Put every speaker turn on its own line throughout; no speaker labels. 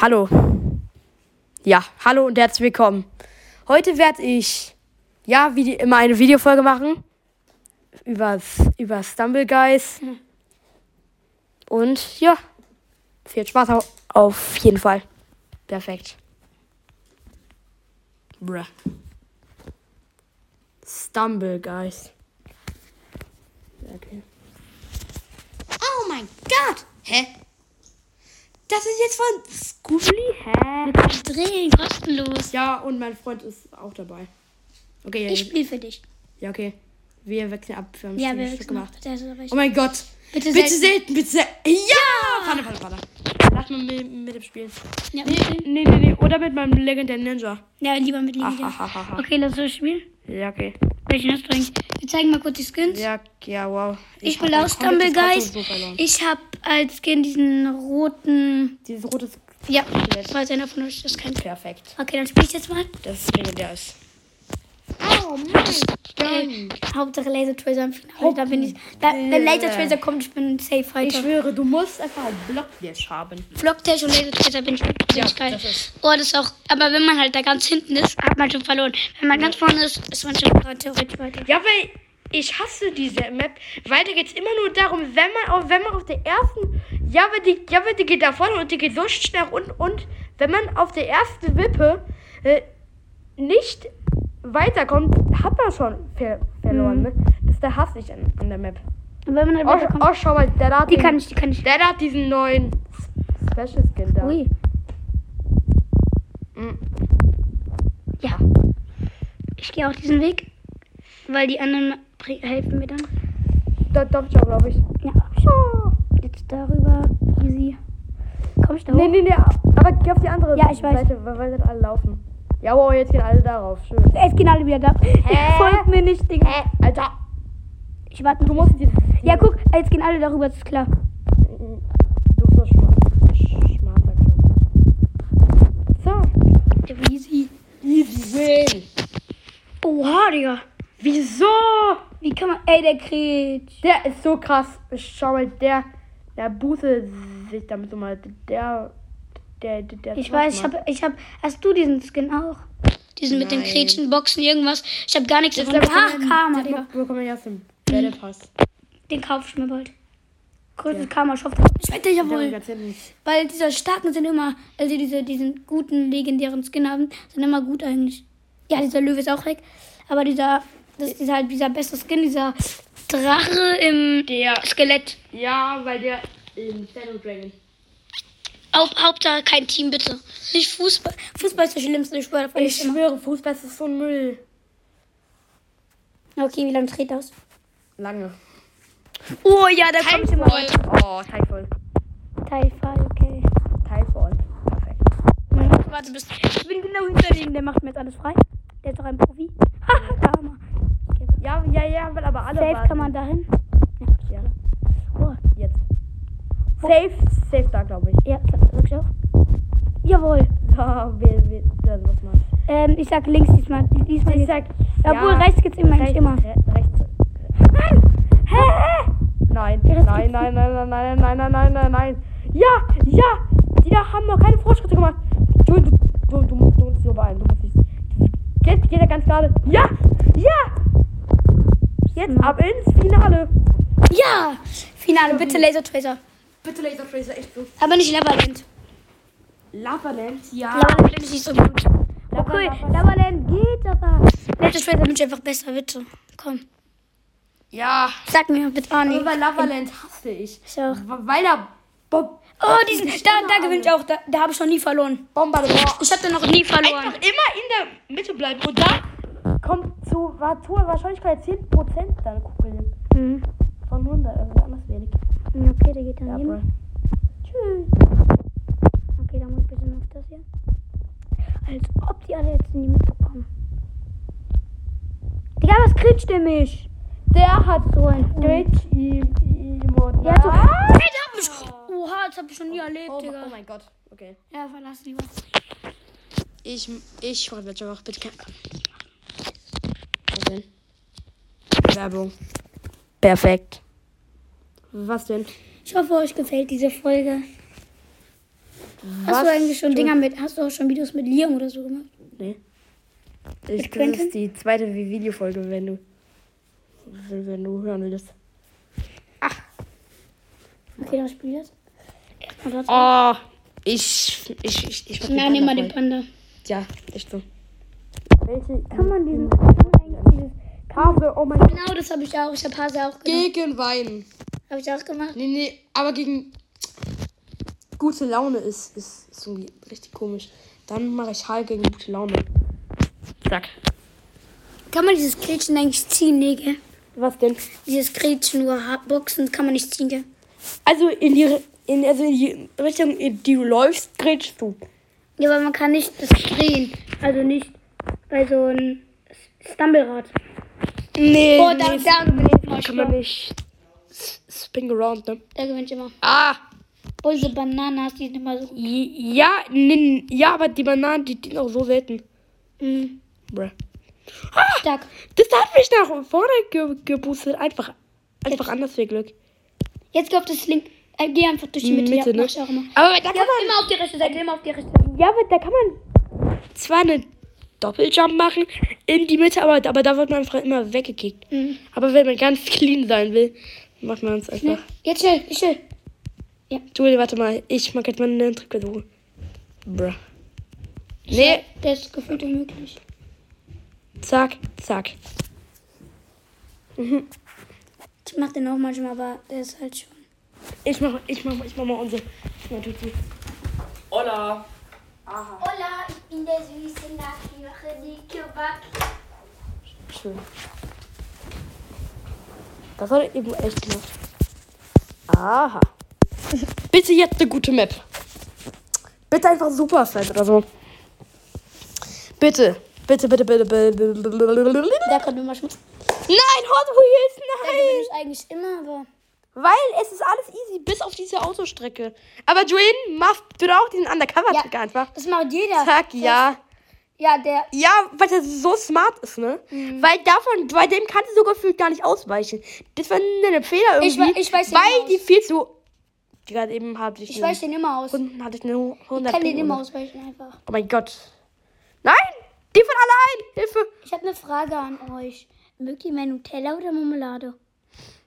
Hallo. Ja, hallo und herzlich willkommen. Heute werde ich, ja, wie die- immer eine Videofolge machen. Übers, über Stumble Guys. Und ja, viel Spaß au- auf jeden Fall. Perfekt. Bruh. Stumble Guys. Okay.
Oh mein Gott! Hä? Das ist jetzt von Scooby?
Hä?
Drehen kostenlos.
Ja, und mein Freund ist auch dabei. Okay, ja,
Ich spiele für dich.
ja okay. Wir wechseln ab. Wir haben
Ja,
schon
wir
Stück
haben gemacht. Das ist
Oh
richtig.
mein Gott.
Bitte
Bitte
selten.
selten, bitte selten. Ja! Pfanne, Pfanne, Pfanne. Lass mal mit, mit dem Spielen.
Ja,
Nee, nee, nee. Oder mit meinem legendären Ninja.
ja, lieber mit
Ah,
Linie.
ha, ha, ha, ha.
Okay, lass uns spielen.
Ja, okay.
Welchen hast du eigentlich? Wir zeigen mal kurz die Skins.
Ja, ja, wow.
Ich
hab
bin
mein
aus Stumble
komplettes Auto
Guys.
so verloren.
Ich habe als Skin diesen roten.
Dieses rote ist
Ja, falls einer von euch das kennt.
perfekt.
Okay, dann spiele ich jetzt mal.
Das ist legendär. ist.
Oh mein Gott. Hauptsache Laser Tracer im Finale. Da bin ich. Da, wenn Laser Tracer kommt, ich bin safe
Ich
Fighter.
schwöre, du musst einfach einen Block jetzt haben.
Vlogtash und Lasertwitter bin ich wirklich
Ja,
geil.
das ist-
oh, das ist auch. Aber wenn man halt da ganz hinten ist, hat man schon verloren. Wenn man ganz vorne ist, ist man schon rein theoretisch weiter.
Ja, weil ich hasse diese Map. Weiter geht's immer nur darum, wenn man auf, wenn man auf der ersten. Ja, weil die, ja, weil die geht da vorne und die geht so schnell nach unten. Und wenn man auf der ersten Wippe äh, nicht weiterkommt, hat man schon ver
Mhm.
verloren. Ne? Das ist der Hass nicht an, an der Map.
Und wenn man halt
Oh,
weiterkommt.
oh, schau mal, der da hat
die
den-
kann ich, die kann ich.
Der da hat diesen neuen S- Special Skin da.
Ui.
Mm.
Ja. Ich gehe auch diesen Weg, weil die anderen bring- helfen mir dann.
Der Doppelschau, glaube ich.
Ja, jetzt darüber. Easy. Komm ich da hoch?
Nee, nee, nee, aber geh auf die andere
Ja, ich weiß.
Seite, weil, weil dann alle laufen. Ja, wow, jetzt gehen alle darauf. Schön.
Es gehen alle wieder da.
Hä?
Folgt mir nicht, Digga.
Äh, Alter,
Ich warte.
du musst die.
Ja, guck, jetzt gehen alle darüber, das ist klar.
Du bist so schma- schmarter Knopf. So.
Easy.
Easy win.
Oha, Digga.
Wieso?
Wie kann man. Ey, der Kretsch.
Der ist so krass. Schau mal, der. Der boostet sich damit so mal. Der. Der. Der. der
Ich weiß, ich habe. Ich hab, hast du diesen Skin auch? Diesen mit den
Nein.
Kretschen, Boxen, irgendwas. Ich habe gar nichts
Das
davon. Ach, Karma, Digga.
Wo kommen wir jetzt hin? Battle Pass.
Den kauf ich mir bald. Größtes
Ja.
Karma, ich hoffe. Ich wette, ich hab
Der kommt
wohl.
ganz hinten.
Weil diese starken sind immer. Also diese diesen guten, legendären Skin haben, sind immer gut eigentlich. Ja, dieser Löwe ist auch weg. Aber dieser. Das ist dieser, halt dieser beste Skin, dieser Drache im
Der.
Skelett.
Ja, weil der. In Shadow Dragon.
Auf, Hauptsache kein Team, bitte. Nicht Fußball. Fußball ist das Schlimmste, ich schwöre. davon
Ich
ist immer-
schwöre, Fußball ist so ein Müll.
Okay, wie lange dreht das?
Lange.
Oh ja, da kommt immer weiter.
Oh, Teilvoll.
Teilfall, okay.
Teilvoll. Perfekt.
Warte, bist Ich bin genau hinter dem, der macht mir jetzt alles frei. Der ist doch ein Profi. Haha, Karma.
Ja, ja, ja, weil aber alle
Safe
warten.
kann man dahin.
Ja.
Oh,
Jetzt. Safe, safe da, glaube ich.
ja, sag ich auch. Jawohl.
Da, wir, wir, das muss man.
Ähm, ich sag links diesmal. diesmal
Ich
links.
sag,
Obwohl,
ja,
rechts geht's immer,
rechts,
eigentlich immer.
re- Rechts.
Hä?
Nein,
Ja,
nein,
das gibt's
nein, nein, nein, nein, nein, nein, nein, nein, nein. Ja, ja, die da haben noch keine Fortschritte gemacht. Julian, du, du, du, musst- du musst dich so beeilen, du musst dich. Geht, geht ja ganz gerade. Ja, ja.
Mhm.
Jetzt ab ins Finale.
Ja! Finale, bitte Laser Tracer.
Bitte Laser Tracer, echt so.
Aber nicht Leverland.
Lavaland, ja.
Leverland ist nicht so gut. Okay,
Lava-
Leverland geht aber. Laser Tracer bin ich einfach besser, bitte. Komm.
Ja.
Sag mir bitte. Ah, nee.
Aber Lavaland hasse ich.
Ich auch.
Weil da Bo
Oh, diesen, da, da gewinne ich auch. Da, da habe ich noch nie verloren.
Bombardement.
Ich habe da noch nie
Einfach immer
verloren.
in der Mitte bleiben. Und da kommt zu war zu Wahrscheinlichkeit 10% dann Kugeln.
Mhm.
Von 100, also anders wenig.
hm, Okay, der geht dann
Ja,
hin.
bro. Tschüss.
Okay, dann muss ich bitte noch das hier. Als ob die alle jetzt in die Mitte kommen. Digga, was kriegt der mich?
Der hat
So ein.
Twitch Emote.
Der hat so. Oh. Ah! Hey, der hat mich. Oha, das habe ich schon nie erlebt,
oh,
Digga.
oh mein Gott. Okay.
Ja, verlass lieber.
Ich ich wollte jetzt einfach bitte kein. Was denn? Werbung. Perfekt. Was denn?
Ich hoffe, euch gefällt diese Folge.
Was
Hast du eigentlich schon
für-
Dinger mit, hast du auch schon Videos mit Liam oder so gemacht?
Nee. Ich, das
Quentin?
ist die zweite Vi- Videofolge, wenn du, wenn du hören willst.
Okay, dann spiel das. Erstmal das.
Oh, ich, ich, ich, ich mach
Nein, nimm mal den
voll.
Panda.
Ja, echt so. Welche?
Kann man diesen
Habe, oh mein Gott.
Genau, das habe ich auch. Ich habe Hase auch gemacht.
Gegen Wein.
Habe ich auch gemacht.
Nee, nee, aber gegen gute Laune ist, ist, ist irgendwie richtig komisch. Dann mache ich Hall gegen gute Laune. Zack.
Kann man dieses Gretchen eigentlich ziehen, nee, gell?
Was denn?
Dieses Gretchen nur ha- Boxen kann man nicht ziehen, gell?
Also in die, in, also in die Richtung, in die du läufst, grätschst du.
Ja, aber man kann nicht das drehen. Also nicht bei so einem Stumblerad.
Nee,
Oh, da, da bin ich mal
kann man
schlau.
nicht s- spin around, ne?
Der gewinnt immer.
Ah!
Oh, diese Banane hast du nicht immer so.
J- Ja, nee, ja, aber die Bananen, die dienen auch so selten.
Mhm.
Bruh.
Stark.
Das hat mich nach vorne ge geboostet. Einfach, einfach anders viel Glück.
Jetzt geh auf das Link. Äh, geh einfach durch die Mitte.
Mitte,
ja,
ne?
mach ich auch immer.
Aber da
Ja,
kann man,
immer auf die rechte Seite, immer auf die rechte Seite.
ja, aber da kann man zwar einen Doppeljump machen in die Mitte, aber, aber da wird man einfach immer weggekickt.
Mhm.
Aber wenn man ganz clean sein will, macht man es einfach.
Ne? Jetzt schnell, schnell.
Julie, warte mal. Ich mag jetzt mal einen Trick versuchen. Bruh. Nee,
Der ist gefühlt unmöglich.
zack, zack.
Ich mach den auch manchmal, aber der ist halt schon.
Ich mach, ich mach, ich mach mal unsere. Ich mach Tutsi.
Hola.
Hola, ich bin der süße Nack, ich mache dicke Back.
Schön. Das hat er eben echt gemacht. Aha. Bitte jetzt eine gute Map. Bitte einfach Superflat oder so. Bitte. Bitte, bitte, bitte, bitte. bitte, bitte, bitte, bitte, bitte.
Der kann immer schmutzig.
Nein, Hot Wheels,
Der
nein!
gewinnt eigentlich immer, aber.
Weil es ist alles easy, bis auf diese Autostrecke. Aber Julian, machst du da auch diesen Undercover-Trick
Ja.
einfach?
Das macht jeder.
Zack, ja.
Ja, der.
Ja, weil der so smart ist, ne?
Mhm.
Weil davon, bei dem kannst du so gefühlt gar nicht ausweichen. Das war ein Fehler irgendwie.
Ich wei- ich weiß den
Weil
immer
die viel zu. Gerade eben hatte ich.
Ich weiche den immer aus. Ich
Runden hatte ich eine 100
kann den
Ping
immer
oder-
ausweichen einfach.
Oh mein Gott. Nein! Die von allein! Hilfe!
Ich habe eine Frage an euch. Mögt ihr mehr Nutella oder Marmelade?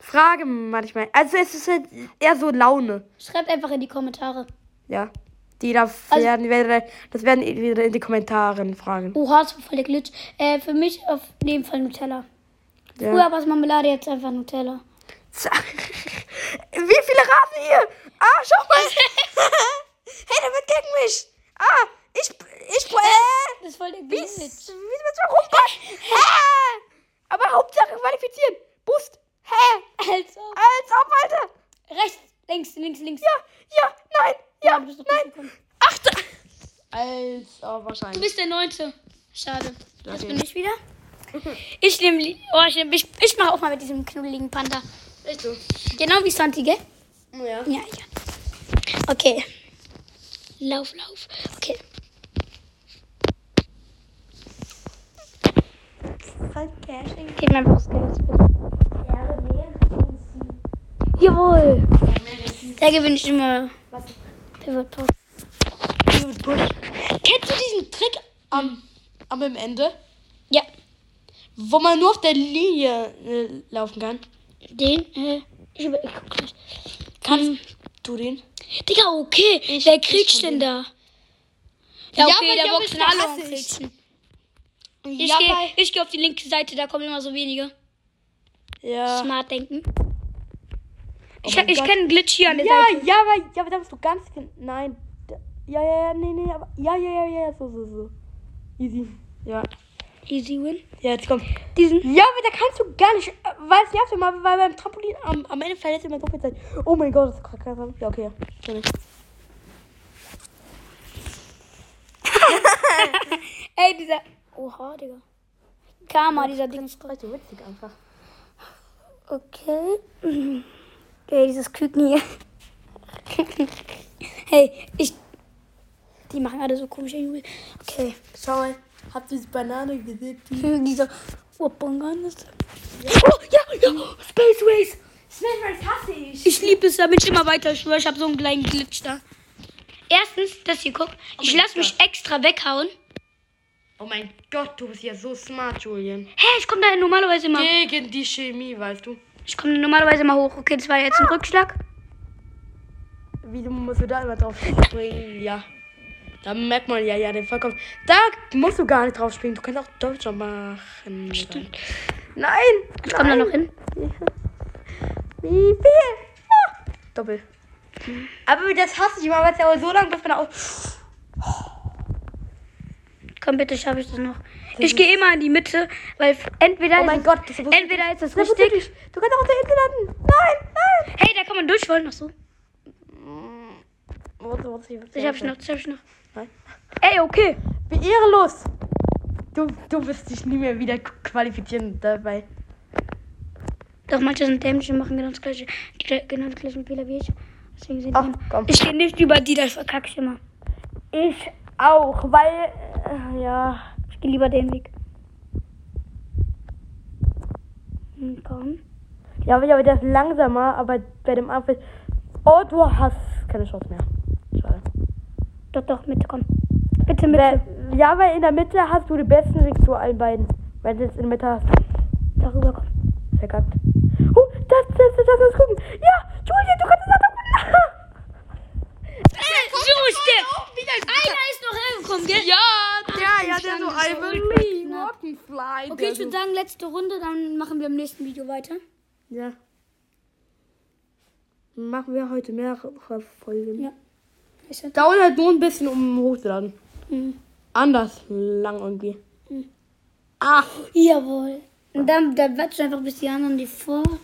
Frage manchmal. Also, es ist halt eher so Laune.
Schreibt einfach in die Kommentare.
Ja. Die da
Also-
werden, werden, das werden eh wieder in die Kommentaren fragen.
Oha, so voll der Glitch. Äh, für mich auf jeden Fall Nutella.
Ja.
Früher war es Marmelade, jetzt einfach Nutella.
Zack. Wie viele Rasen hier? Ah, schau mal. hey, der wird gegen mich. Ah, ich, ich, äh,
Das ist voll der
wie, wie
Glitch.
ist man so rumkommen? Hä? Aber Hauptsache qualifizieren. Boost. Hä?
Also,
Als ob, Alter.
rechts, links, links, links.
Ja, ja, nein, ja,
du bist doch
nein.
durchgekommen.
Achte. Als ob
Du
wahrscheinlich.
bist der Neunte. Schade. Das
Okay.
bin ich wieder. Ich nehme, li- oh, ich, nehm, ich, ich mache auch mal mit diesem knuddeligen Panda.
Echt so. Oh
Genau wie Santi, gell?
Ja.
Ja, ja. Okay. Lauf, lauf. Okay. Gib mir bloß Geld. Jawohl. Der gewinnt immer. Der wird tot.
Kennst du diesen Trick am, am Ende,
Ja.
wo man nur auf der Linie äh, laufen kann?
Den, äh, ich, über- ich guck gleich.
Kannst
Hm.
du den?
Digga, okay. Wer kriecht denn da?
Ja,
Ja, okay,
aber
der
ja,
boxt
aber
alle
das
am
hasse ich.
Kriechen. Ich gehe ich geh auf die linke Seite, da kommen immer so wenige.
Ja.
Smart denken. ich
mein
ich
Gott.
kenne einen Glitch hier an der
Ja,
Seite.
ja, aber, ja, aber da musst du ganz gen- Nein. Da- Ja, ja, ja, nee, nee, aber. Ja, ja, ja, ja, so, so, so. Easy. Ja.
Easy win.
Ja, jetzt komm.
Diesen.
Ja, aber da kannst du gar nicht. äh, Weil es nervt immer, weil beim Trampolin am, am Ende verletzt immer so viel Zeit. Oh mein Gott, das ist krass. krass. Ja, okay, ja. Sorry.
Ey, dieser. Oha, Digga. Karma, dieser Ding ist
Das ist so witzig einfach.
Okay. Ey, dieses Küken hier. hey, ich. Die machen alle so komische Jubel. Okay.
Schau mal, habt ihr diese Banane gesehen?
Diese. Wuppungan ist.
Oh, ja, ja. Space Race. Space Race hasse ich.
Ich liebe es, damit ich immer weiter schwöre. Ich habe so einen kleinen Glitch da. Erstens, dass ihr guckt, ich lasse mich extra weghauen.
Oh mein Gott, du bist ja so smart, Julian.
Hä, ich komme da normalerweise immer.
Gegen die Chemie, weißt du.
Ich komme normalerweise immer hoch. Okay, das war jetzt ein
Ah.
Rückschlag.
Wie du musst du da immer drauf springen, ja. Da merkt man ja, ja, den vollkommen. Da musst du gar nicht drauf springen. Du kannst auch Deutscher machen. Stimmt. Nein!
Ich komme da noch hin.
Wie viel? Ah, Doppel. Aber das hasse ich immer, weil es dauert so lange, bis man auch.
Komm, bitte schaffe ich das noch. Ich gehe immer in die Mitte, weil f- entweder,
Oh mein
ist,
Gott, das ist
es, entweder ist das
Das ist
richtig.
wirklich- Du kannst auch da hinten landen. Nein, nein!
Hey, da kann man durchwollen. Ach so.
Warte, warte, warte.
Das hab ich noch, das hab ich noch.
Nein.
Ey, okay.
Wie ehrenlos! Du, du wirst dich nie mehr wieder qualifizieren dabei.
Doch, manche sind dämlich und machen genau das gleiche, gl- genau das gleiche Fehler wie ich. Deswegen sind
Ach,
die-
komm.
Ich gehe nicht über die, das verkacke ich immer.
Ich auch, weil. äh, Ja.
Ich gehe lieber den Weg. Hm, komm.
Ja, aber ich habe das langsamer, aber bei dem Anfang. Oh, du hast keine Chance mehr. Schade.
Doch, doch, Mitte, komm. Bitte,
Weil-
Mitte.
Ja, weil in der Mitte hast du den besten Weg zu allen beiden. Weil du jetzt in der Mitte hast.
Darüber komm.
Verkackt. Oh, das, das, das, das, das, gucken. Ja, Julia, du kannst es auch
Äh, so ist der. Einer ist noch hergekommen, gell? Ja,
Ja, ja, der so Ivan Lee, Walkenfly.
Okay, ich würde sagen, letzte Runde, dann machen wir im nächsten Video weiter.
Ja. Machen wir heute mehrere Folgen.
Ja. Ist ja
Dauert halt nur ein bisschen, um hochzuladen.
Mhm.
Anders lang irgendwie. Ah, Ach,
Jawohl. Und dann, dann wartest du einfach, bis die anderen die vorarbeiten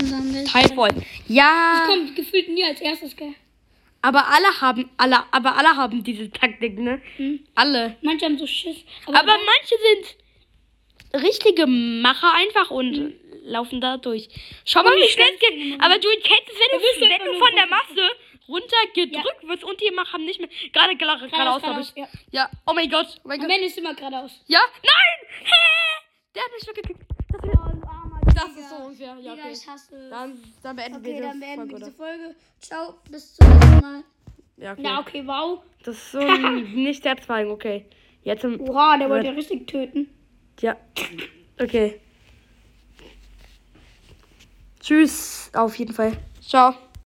und dann willst
Typhoid. Ja,
Komm, gefühlt nie als erstes, gell?
aber alle haben, alle, aber alle haben diese Taktik, ne?
Mhm.
Alle.
Manche haben so Schiss. Aber,
Aber manche sind richtige Macher einfach und
Mhm.
laufen da durch. Schau mal, wie schnell es geht. Aber du kennst es, wenn du, wenn du von der Masse runtergedrückt wirst und die Macher haben nicht mehr. Gerade gerade- geradeaus, glaube ich.
Ja.
Ja, oh mein Gott, oh mein
Am
Gott.
Ende ist immer geradeaus.
Ja? Nein! Hä? Der hat mich weggekickt. Das,
Oh,
wär-
du armer
das ist so unfair. Ja,
Digga,
okay.
ich hasse es.
Dann, dann beenden
Okay,
wir das.
dann beenden wir
Folge,
diese Folge. Ciao, bis zum nächsten Mal.
oder? Ja, okay.
Ja, okay, wow.
Das ist so ein- nicht herzfeigen, okay. Jetzt im.
Oha, der wollte ja richtig töten.
Ja. Okay. Tschüss, auf jeden Fall. Ciao.